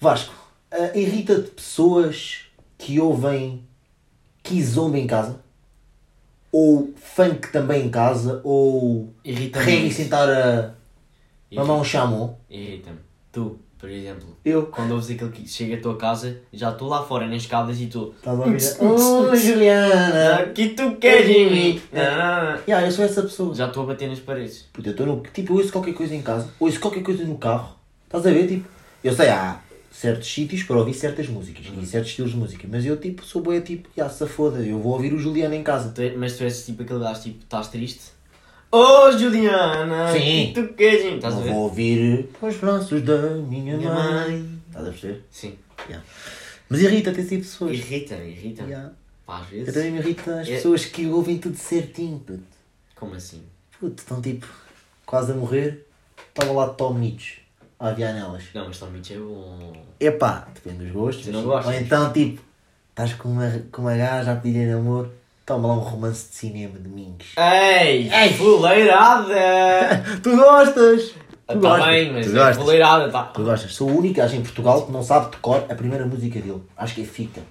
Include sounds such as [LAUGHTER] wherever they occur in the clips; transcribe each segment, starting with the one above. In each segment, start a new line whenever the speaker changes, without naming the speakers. Vasco, ah, irrita-te pessoas que ouvem Kizomba em casa? Ou funk também em casa? Ou
Irrita-me.
reggae
muito.
sentar a mamar um
Irrita-
chamon?
Irrita-me. Tu, por exemplo,
Eu.
quando ouves aquele que chega à tua casa, já estou lá fora nas escadas e tu.
Estás a ouvir? Oh, Juliana!
"Ah, que tu queres em mim? Ah.
Yeah, eu sou essa pessoa.
Já estou a bater nas paredes.
Puta, eu estou no. Tipo, eu ouço qualquer coisa em casa, ouço qualquer coisa no carro. Estás a ver? Tipo, eu sei, há certos sítios para ouvir certas músicas e certos estilos de música, mas eu, tipo, sou boia, tipo, já se foda, eu vou ouvir o Juliano em casa.
Tu é- mas tu és tipo aquele gajo, tipo, estás triste? Oh Juliana!
Sim.
Que tu queres em mim? Estás a
Não
ver?
vou ouvir os braços da minha
Minha
mãe.
mãe.
Estás a perceber?
Sim.
Yeah. Mas irrita-te esse tipo de pessoas.
Irrita-me, irrita-me.
Yeah.
Pá, às
Eu
vezes.
também me irrito as
É-
pessoas que ouvem tudo certinho, puto.
Como assim?
Puto, estão tipo quase a morrer. Estava lá Tom Mitch a aviar nelas.
Não, mas Tommy é bom.
Epá, depende dos gostos.
Eu não gosto.
Ou então, tipo, estás com uma, com uma gaja a pedir namoro, toma lá um romance de cinema de domingos.
Ah. Ei! Ei!
[LAUGHS]
Fuleirada!
tu gostas! Tu
Está Ah, tá bem, mas
tu
é
gostas.
fuleirada, tá?
Tu gostas. Sou o único gajo em Portugal que não sabe de cor a primeira música dele. Acho que é Fita.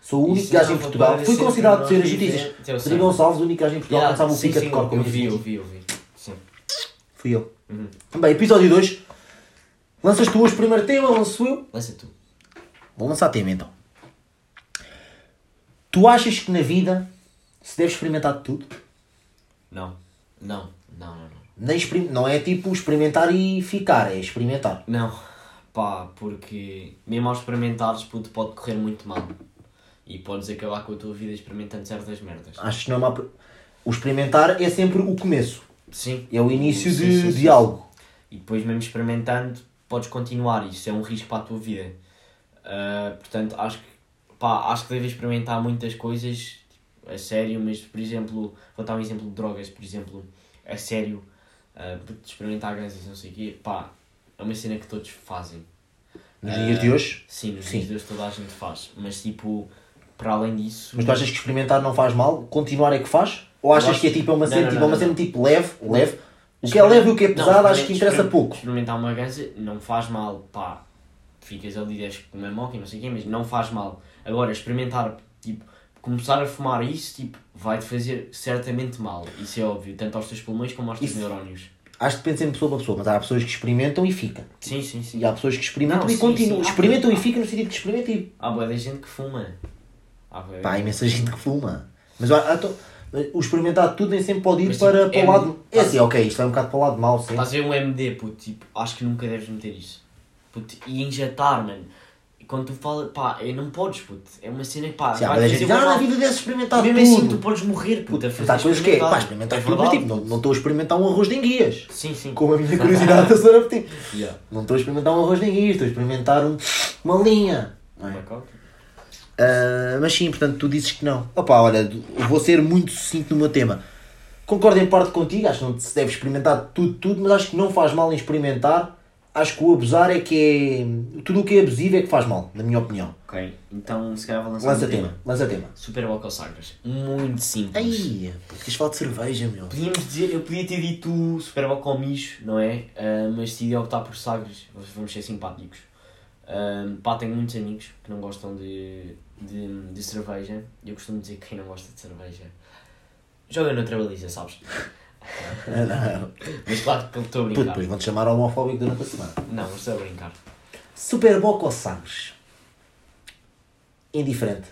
Sou o único
Isso é
gajo
não
em Portugal.
pode
Fui
ser
considerado de ser
menor
as
de
notícias.
vinte, eu sei. é
Rodrigo Gonçalves, o único gajo em Portugal que
Yeah,
não sabe o
sim,
Fita
sim,
um de cor. como
Eu Uhum.
eu
vi,
disse.
eu vi, eu vi. Sim.
Fui eu. Bem, episódio 2. Lanças tu hoje o primeiro tema, lanço eu.
Lança tu.
Vou lançar tema então. Tu achas que na vida se deve experimentar de tudo?
Não. Não, não, não, não.
Nem experim- Não é tipo experimentar e ficar, é experimentar.
Não. Pá, porque mesmo ao experimentares, puto, pode correr muito mal. E podes acabar com a tua vida experimentando certas merdas.
Acho que não é uma... O experimentar é sempre o começo,
Sim.
é o início
Sim,
de,
sim,
de
sim.
algo.
E depois, mesmo experimentando, podes continuar. Isso é um risco para a tua vida. Ah, portanto, acho que, pá, acho que deves experimentar muitas coisas tipo, a sério, mas, por exemplo, vou dar um exemplo de drogas, por exemplo, a sério, ah, de experimentar gansas, não sei o quê, pá, é uma cena que todos fazem.
Nos dias de hoje.
Sim, nos
Sim.
dias de hoje toda a gente faz, mas, tipo, para além disso.
Mas tu achas que experimentar não faz mal? Continuar é que faz? Ou achas
acho-
que é tipo é uma
Não,
cena,
não,
tipo,
não,
é uma
não,
cena
não.
tipo leve, leve? O que é leve e o que é
Não,
pesado acho que
experim-
interessa
experim-
pouco.
Experimentar uma gansa não faz mal, pá. Ficas ali, deixas comer moca e não sei o quê, mas não faz mal. Agora, experimentar, tipo, começar a fumar isso, tipo, vai-te fazer certamente mal. Isso é óbvio, tanto aos teus pulmões como aos teus
Isso-
neurónios.
Acho que depende sempre de pessoa para pessoa, mas há pessoas que experimentam e fica.
Sim, sim, sim.
E há pessoas que experimentam
Não,
e
sim,
continuam.
sim.
experimentam e ficam no sentido que experimentam e
Há boa da gente que fuma. Há bué-
Pá, há imensa gente que fuma. Mas olha, ah, tô- o experimentar de tudo nem sempre pode ir
Mas,
para,
tipo,
para
é
o lado.
muito-
É assim, ok, isto é um bocado para o lado mau, sim.
Estás a ver um MD, puto, tipo, acho que nunca deves meter isso. Puto, e injetar, mano. E Quando tu fala, pá, eh, não podes, puto. É uma cena que, pá,
Sim, há
vai-te
muita gente que
fazer
diz, ah,
bué
na
mal.
vida deve experimentar
Mesmo
tudo.
assim, tu podes morrer, puta.
Mas há coisas que é, pá, experimentar tudo, mas tipo, não não estou a experimentar um arroz de
[LAUGHS]
enguias.
Sim, sim.
Com a minha curiosidade
[LAUGHS]
da senhora Petit.
Yeah.
Não estou a experimentar um arroz de enguias, estou a experimentar um- uma linha. não é? Ah, mas sim, portanto, tu dizes que não. Opa, olha, eu vou ser muito sucinto no meu tema. Concordo em parte contigo, acho que não se deve experimentar tudo, tudo, mas acho que não faz mal em experimentar. Acho que o abusar é que é. Tudo o que é abusivo é que faz mal, na minha opinião.
Ok, então se calhar vou lançar
Lança
um
tema, lança tema.
Super Boca Sagres. Muito simples.
Ai, porque falar de cerveja, meu.
Podíamos dizer, eu podia ter dito Super Boca ao Mijo, não é? Ah, mas decidi optar por Sagres, vamos ser simpáticos. Ah, pá, tenho muitos amigos que não gostam de, de, de cerveja. Eu costumo dizer que quem não gosta de cerveja joga noutra baliza, sabes?
Não,
Mas claro que estou
[LAUGHS]
a
Puto,
brincar.
depois vão-te chamar homofóbico durante a semana.
Não, mas estou a brincar.
Superboc ou Sagres? Indiferente.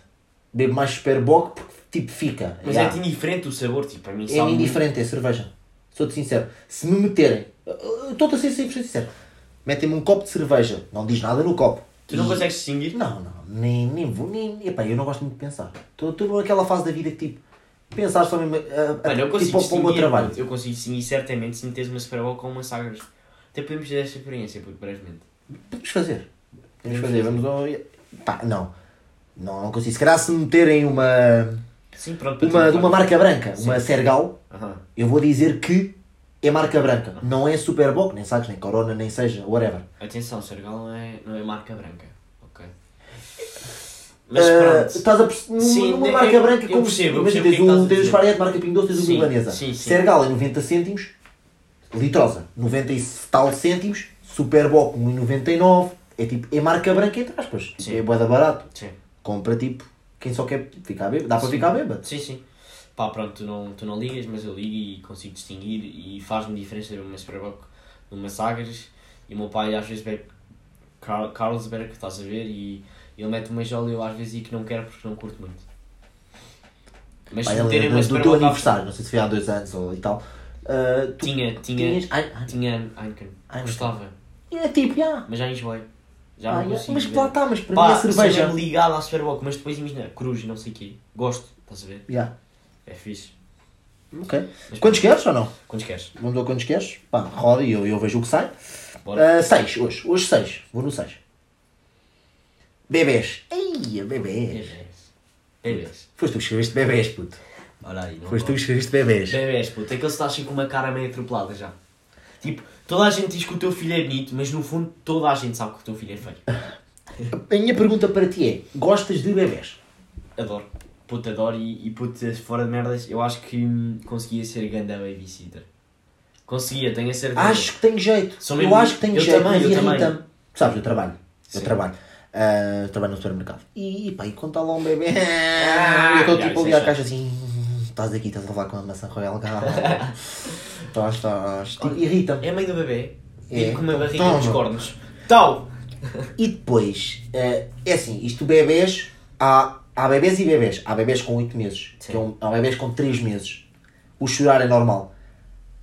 Bebo mais Superboc porque, tipo, fica.
Mas é
Ya.
é-te indiferente o sabor, tipo, para mim
É
sabe
indiferente, é cerveja. Sou-te sincero. Se me meterem, estou-te a ser 100% sincero, metem-me um copo de cerveja, não diz nada no copo.
Tu não
E-
consegues distinguir?
Não, não, nem, nem vou, nem. Epá, eu não gosto muito de pensar. Estou naquela fase da vida que tipo, pensar só mesmo. ah,
Mano, eu
ah, tipo,
consigo
para o meu
distinguir,
trabalho.
puto. eu consigo distinguir certamente se meteres uma Super Bowl com uma Sagres. Até podemos ter esta experiência, puto, brevemente.
Vamos fazer. Vamos fazer, vamos ao. Pá, não. Não, não consigo. Se calhar se me meterem uma.
Sim, pronto. para
Uma,
ti,
de uma
claro.
marca branca, uma Sergal,
Aham.
eu vou dizer que é marca branca. Não é Superboc, nem Sagres, nem Corona, nem seja, whatever.
Atenção, Sergal não é, não é marca branca, ok? Mas
Ah,
pronto.
Estás a perceber?
Eh, Sim,
Numa
eu-
marca
eu-
branca
eu
como
percebo, eu
imagina,
percebo o que é que
tens
estás
o,
a
tens o
dizer.
Esparguete marca Pingo Doce, tens o
Sim,
Milanesa.
sim, sim.
Sergal é 90 cêntimos, Litrosa 90 um e tal cêntimos, Superboc 1,99, é tipo, é marca branca entre aspas. Tipo,
Sim.
é boeda barato.
Sim.
Compra tipo, quem só quer ficar bêbado. Dá para Tá ficar bêbado.
Sim, sim. Pá, pronto, tu não, tu não ligas, mas eu ligo e consigo distinguir e faz-me diferença de uma Superboc de uma Sagres. E o meu pai às vezes bebe Carl, Carlsberg, estás a ver? E ele mete uma jola e eu às vezes digo que não quero porque não curto muito. Mas
Pá,
se
eu
meterem
lembro-me
uma
é do teu
Superboc à-
aniversário, não sei se foi há dois anos ou e tal. ah, tu
Tinha, tinha,
tinhas. Ai, ai,
tinha Heineken.
Heineken.
Gostava,
é tipo, já.
mas já enjoei. Já
Ah,
não
já.
consigo.
Mas
ver.
lá está, mas para mim
Pá,
a cerveja.
cerveja ligada à Superboc, mas depois imagina, cruz, não sei o quê. Gosto, estás a ver?
Já.
É fixe.
Ok.
Mas-
Quantos queres ou não?
Quantos queres?
Vamos ver quantos queres? Pá, roda e eu, eu vejo o que sai.
Bora.
Ah, seis, hoje. Hoje seis. Vou no seis. Bebês. Ei, bebês.
Bebês. Bebês.
Foste tu que escreveste bebês, puto.
Olha aí, não
Foste tu que
gosto.
escreveste bebês.
Bebês, puto. Aquele está assim com uma cara meio atropelada já. Tipo, toda a gente diz que o teu filho é bonito, mas no fundo toda a gente sabe que o teu filho é feio.
A minha pergunta para ti é, gostas de bebês?
Adoro. Puto, adoro e, e puto, fora de merdas, eu acho que hum, conseguia ser ganda babysitter. Conseguia, tenho a certeza.
Acho que tenho jeito.
Sou
eu
mesmo-
acho que tenho
eu
jeito.
também,
mas
eu também.
irrita-me. Tu Sabes, eu trabalho. Eu
Sim.
trabalho. Ah, trabalho no supermercado. E, pá, e quando está lá um bebê.
Ah,
eu estou
já,
tipo
isso
ali
é
à
chato.
caixa assim. Estás aqui, estás a levar com uma maçã royal galá.
[LAUGHS]
Estás, estás. Tipo, irrita-me.
É a mãe do bebê.
É.
Vive com uma barriga
Toma.
dos cornos. Tal!
E depois, eh, é assim, isto bebês, há, há bebês e bebês. Há bebês com 8 meses,
Sim.
que é um- há bebês com 3 meses. O chorar é normal.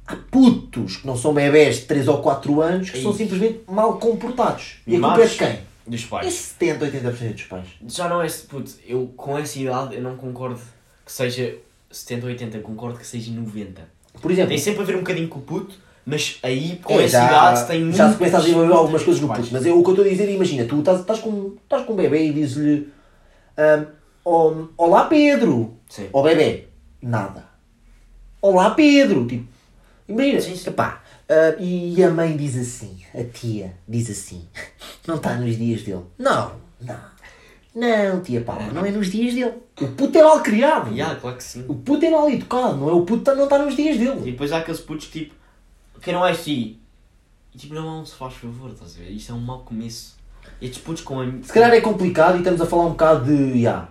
Há putos que não são bebés de 3 ou 4 anos que são
Ei.
simplesmente mal comportados. E a culpa é de quem?
Dos
É
pais.
70, 80% dos pais.
Já não é esse puto. Eu com essa idade eu não concordo que seja 70 ou 80, concordo que seja 90.
Por exemplo,
Tem sempre a ver um bocadinho com o puto, mas aí com
é,
essa idade tem
já se
muitas-
começa a desenvolver algumas coisas no
pais.
puto. Mas é o que eu estou a dizer, imagina, tu estás, estás, com, estás com um bebê e dizes-lhe: ahm, "Oh, Olá Pedro,
Sim.
Ó bebê, nada. Olá Pedro, tipo, imagina,
Sim, sim.
epá, ah, e a mãe diz assim, a tia diz assim, [LAUGHS] não está nos dias dele. Não, não, não tia Paula, não é nos dias dele. O puto é mal criado,
Ya, claro que sim.
o puto é mal educado, não é? O puto tá- não está nos dias
E
dele.
depois há aqueles putos que, tipo, quem não é assim? E tipo, não se faz favor, estás a ver? Isto é um mau começo. Estes putos com a minha.
Se calhar é complicado e estamos a falar um bocado de, já,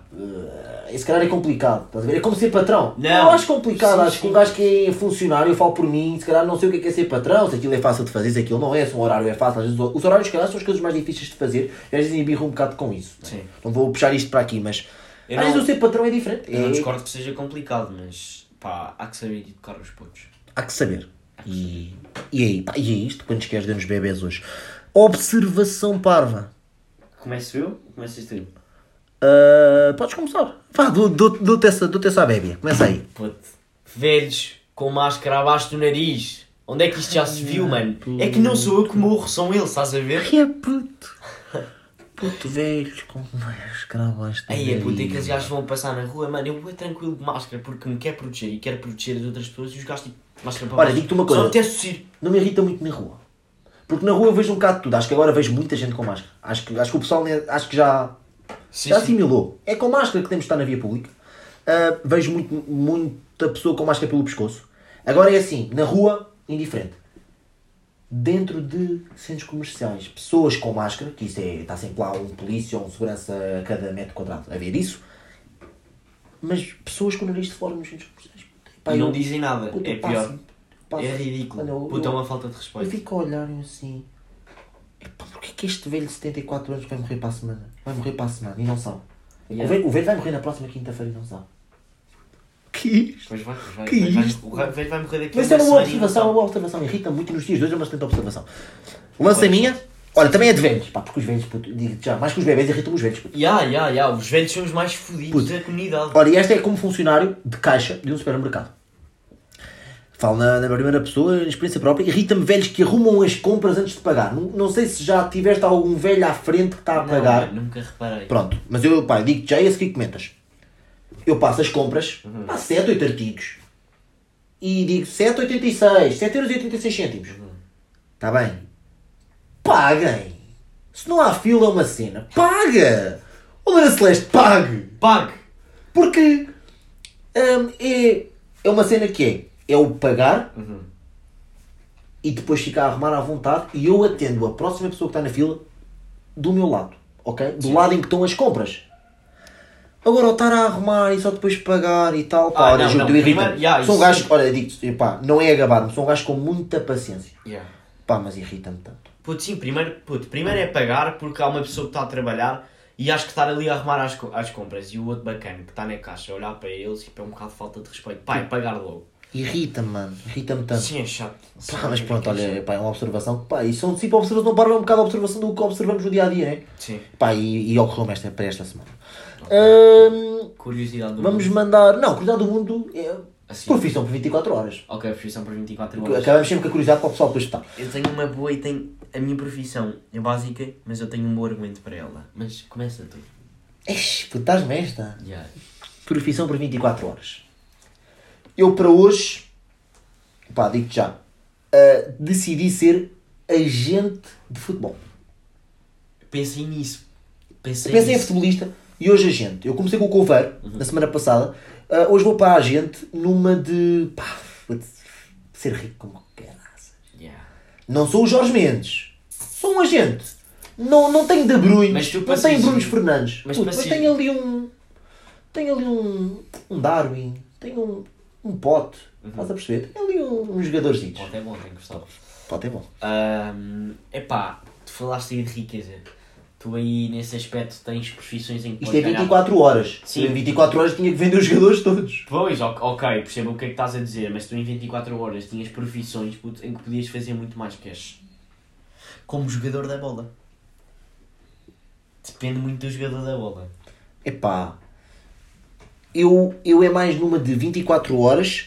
eh, se calhar é complicado, estás a ver? É como ser patrão.
Não.
eu acho complicado,
Sim,
acho que
sim.
um gajo que é funcionário, eu falo por mim, se calhar não sei o que é, que é ser patrão, se aquilo é fácil de fazer, se aquilo não é, se um horário é fácil. Às vezes os horários, se calhar, são as coisas mais difíceis de fazer. E às vezes embirro um bocado com isso. Não, é?
Sim.
Não vou puxar isto para aqui, mas
Eu
às
não-
vezes o ser patrão é diferente.
Eu não
É-
discordo que seja complicado, mas pá, há que saber educar os putos.
há que saber. E, e, aí, pá, e é isto quando queres dar nos bebês hoje. Observação parva.
Começo eu ou começas tu?
Ah, podes começar. Vá, dou- dou- dou-te essa, dou essa à bébia. Começa aí.
Puto, velhos com máscara abaixo do nariz. Onde é que isto já se viu, mano? É que não sou eu que morro, são eles, estás a ver?
Que é puto. Puto velho, com máscara abaixo do
Aí é puto, é que
nariz.
eles gajos vão passar na rua, mano. Eu vou tranquilo de máscara porque me quer proteger e quero proteger as outras pessoas e os gajos tipo máscara para
Olha,
baixo.
digo-te uma coisa.
Só até tossir.
Não me irrita muito na rua. Porque na rua eu vejo um bocado de tudo. Acho que agora vejo muita gente com máscara. Acho que, acho que o pessoal né, acho que já,
Sim,
já
sim.
assimilou. É com máscara que temos de estar na via pública. Ah, vejo muito, muita pessoa com máscara pelo pescoço. Agora é assim, na rua, indiferente. Dentro de centros comerciais, pessoas com máscara, que isso é, está sempre lá um polícia ou um segurança a cada metro quadrado a ver isso, mas pessoas com o nariz de fora nos centros comerciais. Pá,
E não
eu-
dizem nada,
Puta,
é
passa-me,
pior.
passa-me.
É ridículo.
Olha, eu-
Puta, é
eu-
uma falta de
eu
respeito.
fico a olhar eu assim. Epá, porquê que este velho de 74 anos vai morrer para a semana? Vai morrer para a semana e não sabe.
Yeah.
O, velho, o velho vai morrer na próxima quinta-feira e não sabe. Que isto?
Pois vai, pois vai.
Que
vai, vai,
isto?
o ra- velho vai morrer daqui a
Mas isso é uma boa
semana e não
observação, é uma
sabe.
boa observação. Irrita muito e nos dias de hoje é uma excelente observação. Lança a minha. Olha, também é de velhos. Pá, porque os velhos, puto, digo já, mais que os bebés irritam os velhos. Puto.
Ya, ya, ya. Os velhos são os mais fodidos
Puto.
da comunidade.
Ora, e esta é como funcionário de caixa de um supermercado. Falo na, na primeira pessoa, na experiência própria. Irrita-me velhos que arrumam as compras antes de pagar. Não, não sei se já tiveste algum velho à frente que está a
Não,
pagar.
mano, nunca reparei.
Pronto, mas eu, pá, digo já é esse que comentas. Eu passo as compras,
Uhum.
há 7, 8 artigos. E digo 7,86, 7,86 cêntimos.
Uhum.
Está bem? Paguem! Se não há fila, é uma cena. Paga! Ô Dona Celeste, pague!
Pague!
Porque hum, é, é uma cena que é, é o pagar e depois ficar a arrumar à vontade e eu atendo a próxima pessoa que está na fila do meu lado, ok? Do lado em que estão as compras. Agora, ou estar a arrumar e só depois pagar e tal, pá,
Ah,
olha,
não,
juro,
não,
eu irrito.
primeiro- yeah,
sou um
isso
gajo,
sim.
olha, digo pá, não é agabar-me, sou um gajo com muita paciência.
Yeah.
Pá, mas irrita-me tanto.
Puto, sim, primeiro, puto, primeiro é pagar porque há uma pessoa que está a trabalhar e acho que estar ali a arrumar as, co- as compras e o outro bacana que está na caixa a olhar para eles e é um bocado de falta de respeito. Pai, pagar logo.
Irrita-me, mano, irrita-me tanto.
Sim, é chato. Sim,
Pá, mas
é
pronto,
chato.
olha, pá, é uma observação que, pá, isso é um tipo de observação, para é um bocado a observação do que observamos no dia a dia, né?
Sim,
Pá, e, e ocorreu-me esta, para esta semana. Ahm,
curiosidade do
vamos
mundo.
mandar. Não, curiosidade do mundo é
Assim.
profissão por 24 horas.
Ok, profissão por 24 horas.
Acabamos sempre com a curiosidade para o pessoal depois estar.
Eu tenho uma boa e tenho a minha profissão. É básica, mas eu tenho um bom argumento para ela. Mas começa tu.
Ixi, puto, estás-me esta.
Yeah.
Profissão por 24 horas. Eu para hoje, pá, digo-te já, ah, decidi ser agente de futebol.
Pensei nisso. Pensei,
Pensei em
nisso.
futebolista e hoje agente. Eu comecei com o Coveiro na semana passada, ah, hoje vou para a agente numa de pá, vou ser rico como caraças.
Yeah.
Não sou o Jorge Mendes, sou um agente. Não, não tenho de
Mas
Brunos,
tu
não
passas-
tenho Brunos Fernandes,
mas
Puto, mas,
passas-
tenho ali um. Tenho ali um. um Darwin, tenho um, um pote,
Uhum.
estás a perceber? Tenho ali um, uns jogadorzinhos.
Bom, é bom, tenho gostado.
Pote é bom.
Ahm, epá, tu falaste aí de riqueza. Tu aí nesse aspecto tens profissões em que
Isto
podes
é
ganhar-
24 horas.
Sim.
Em 24 horas tinha que vender os jogadores todos.
Pois, ok, ok, percebo o que é que estás a dizer, mas tu em 24 horas tinhas profissões puto, em que podias fazer muito mais que és. Como jogador da bola. Depende muito do jogador da bola.
Epá, eu, eu é mais numa de 24 horas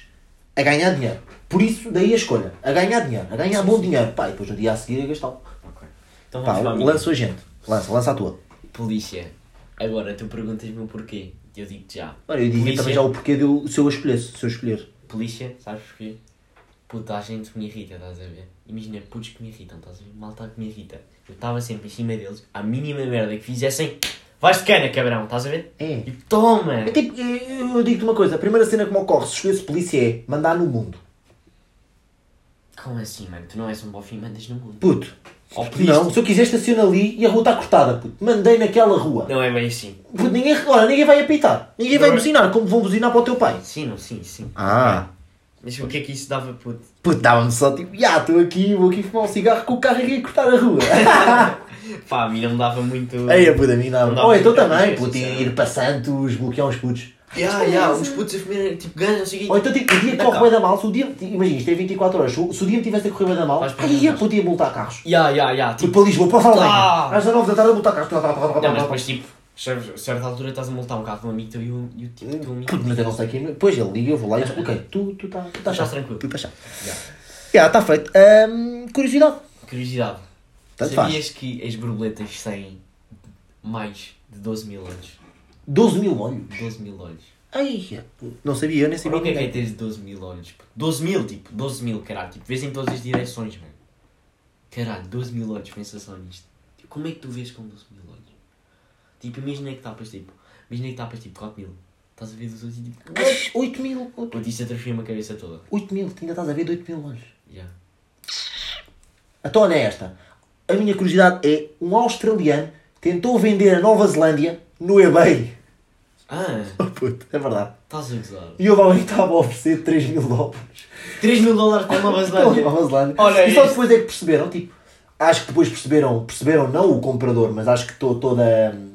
a ganhar dinheiro. Por isso, daí a escolha. A ganhar dinheiro, a ganhar bom dinheiro. Pá, e depois no dia a seguir a gastar.
Ok. Então
Pá,
vamos para a minha.
lança a gente. Lança, lança a tua.
Polícia. Agora tu perguntas-me o porquê. Eu digo-te já.
Olha, eu dizia
Polícia.
também já o porquê de eu, se eu escolher. Se eu escolher.
Polícia, sabes porquê? Puta, há gente que me irrita, estás a ver? Imagina, putos que me irritam, estás a ver? Malta que me irrita. Eu estava sempre em cima deles, à mínima merda que fizessem, vais de cana, cabrão, estás a ver?
É.
E toma!
É tipo, eu, eu digo-te uma coisa. A primeira cena que me ocorre se escolhesse polícia é mandar no mundo.
Como assim, mano? Tu não és um bofim, mandas no mundo.
Puto.
Ó, polícia.
Não, se eu quiser estacionar ali e a rua está cortada, puto. Mandei naquela rua.
Não é bem assim.
Puto, ninguém, olha, ninguém vai apitar. Ninguém vai
Não é.
buzinar, como vão buzinar para o teu pai.
Sim, não, sim, sim.
Ah.
Mas o que é que isso dava, puto?
Puto, dava-me só tipo, já estou aqui, vou aqui fumar um cigarro com o carro aqui a cortar a
[LAUGHS]
rua.
Pá, a mim não dava muito.
Aí a puta, a mim
Não
dava.
dava
Ou então
muito,
também,
é
puto,
sincero.
ir para Santos, bloquear uns putos.
Ya, ya, os putos a comer, tipo, ganham, seguinte.
Ou então tipo, o dia que
Tá
corre
cá.
bem da mal, se o dia, imagina, isto é 24 horas, se o se o dia me tivesse a correr bem da mal,
Faz para
aí eu
Lisboa.
podia multar carros.
Ya, ya, ya,
Tipo
tipo.
para Lisboa, para
Ah.
Valdenha, às 19 da tarde a multar carros.
Não, mas depois, tipo, sabes, a certa altura estás a multar um carro de um amigo teu e o, e o
Hum.
tipo, teu amigo.
Puto, mas eu não sei quem. Pois ele liga, eu vou lá e ok, tu tu tá- tu estás
Estás
chato.
tranquilo.
Tu estás chato.
Ya.
Já, está feito. Ahm, Curiosidade.
Curiosidade.
Tanto faz.
Sabias que as borboletas têm mais de 12 mil olhos?
12 mil olhos.
12 mil olhos.
Ai, é, não sabia, eu nem sabia.
o que é que é
ninguém.
teres 12 mil olhos? pô? 12 mil, tipo, 12 mil, caralho. Tipo, vês em todas as direções, mano. Caralho, 12 mil olhos, pensa só nisto. Tipo, como é que tu vês com 12 mil olhos? Tipo, imagina que tapas, tipo, imagina que tapas, tipo, 4 mil. Estás a ver dos olhos e tipo...
Ai, 8 mil. puto.
Puto, isso atrofia uma cabeça toda.
8 mil, tu ainda estás a ver de 8 mil longe.
Yeah.
Então olha esta. A minha curiosidade é: um australiano tentou vender a Nova Zelândia no eBay.
Ah,
[LAUGHS] Oh, puto, é verdade.
estás a gozar.
E o alguém que estava a oferecer 3 mil dólares. Então,
3 mil dólares
[LAUGHS]
para Nova Zelândia.
Nova Zelândia.
Olha,
e só
este-
depois é que perceberam, tipo, acho que depois perceberam, perceberam não o comprador, mas acho que to- toda hum,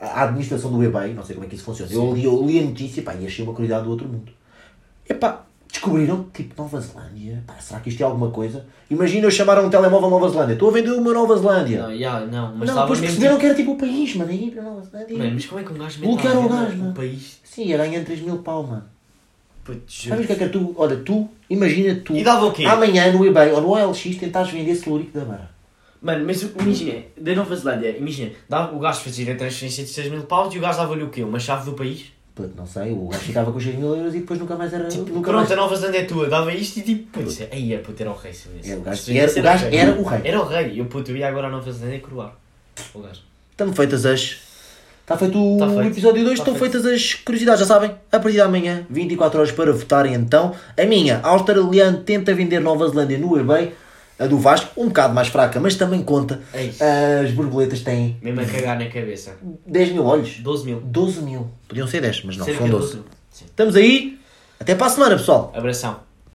a administração do eBay, não sei como é que isso funciona. Eu li, eu li a notícia pá, e achei uma curiosidade do outro mundo. Epá, descobriram, tipo, Nova Zelândia, pá, será que isto é alguma coisa? Imagina eu chamar a um telemóvel Nova Zelândia, estou a vender uma Nova Zelândia.
Não, yeah, Ah, não, mas
Não,
estava
depois
mesmo...
perceberam que era tipo o país, mano, aí para Nova Zelândia.
Mano, mas como é que um gajo
Bloquearam
a
o
venda
gajo,
num
mano.
um país?
Sim, ia ganhar 3 mil pau, mano.
Putz,
Sabes o
juro.
que é que é tu? Olha, tu, imagina tu.
E dava o quê?
Amanhã no eBay ou no OLX tentares vender esse lurico da Mara.
Mano, mas o- imagina, da Nova Zelândia, imagina, dava, o gajo fazia a transferência de 6 mil paus e o gajo dava-lhe o quê? Uma chave do país?
Puto, não sei, o gajo ficava com os 6 mil euros e depois nunca mais era. nunca
Pronto,
mais...
a Nova Zelândia é tua, dava isto e tipo, putz, aí é puto, era o rei. sabe?
É, o gajo-
Sabe?
era-
Isso
o gajo era o rei.
Era o rei, e eu puto, eu ia agora à Nova Zelândia coroar. O gajo.
Estão feitas as. Está feito o
Tá feito.
episódio 2,
Tá
estão
feito.
feitas as curiosidades, já sabem? A partir de amanhã, 24 horas para votarem então. A minha, australiano tenta vender Nova Zelândia no eBay. A do Vasco, um bocado mais fraca, mas também conta.
É isso.
As borboletas têm
Mesmo a cagar na cabeça.
10 mil olhos.
12 mil.
12 mil. Podiam ser 10, mas não,
Cerca
são
de
12.
12 mil. Sim.
Estamos aí. Até para a semana, pessoal.
Abração.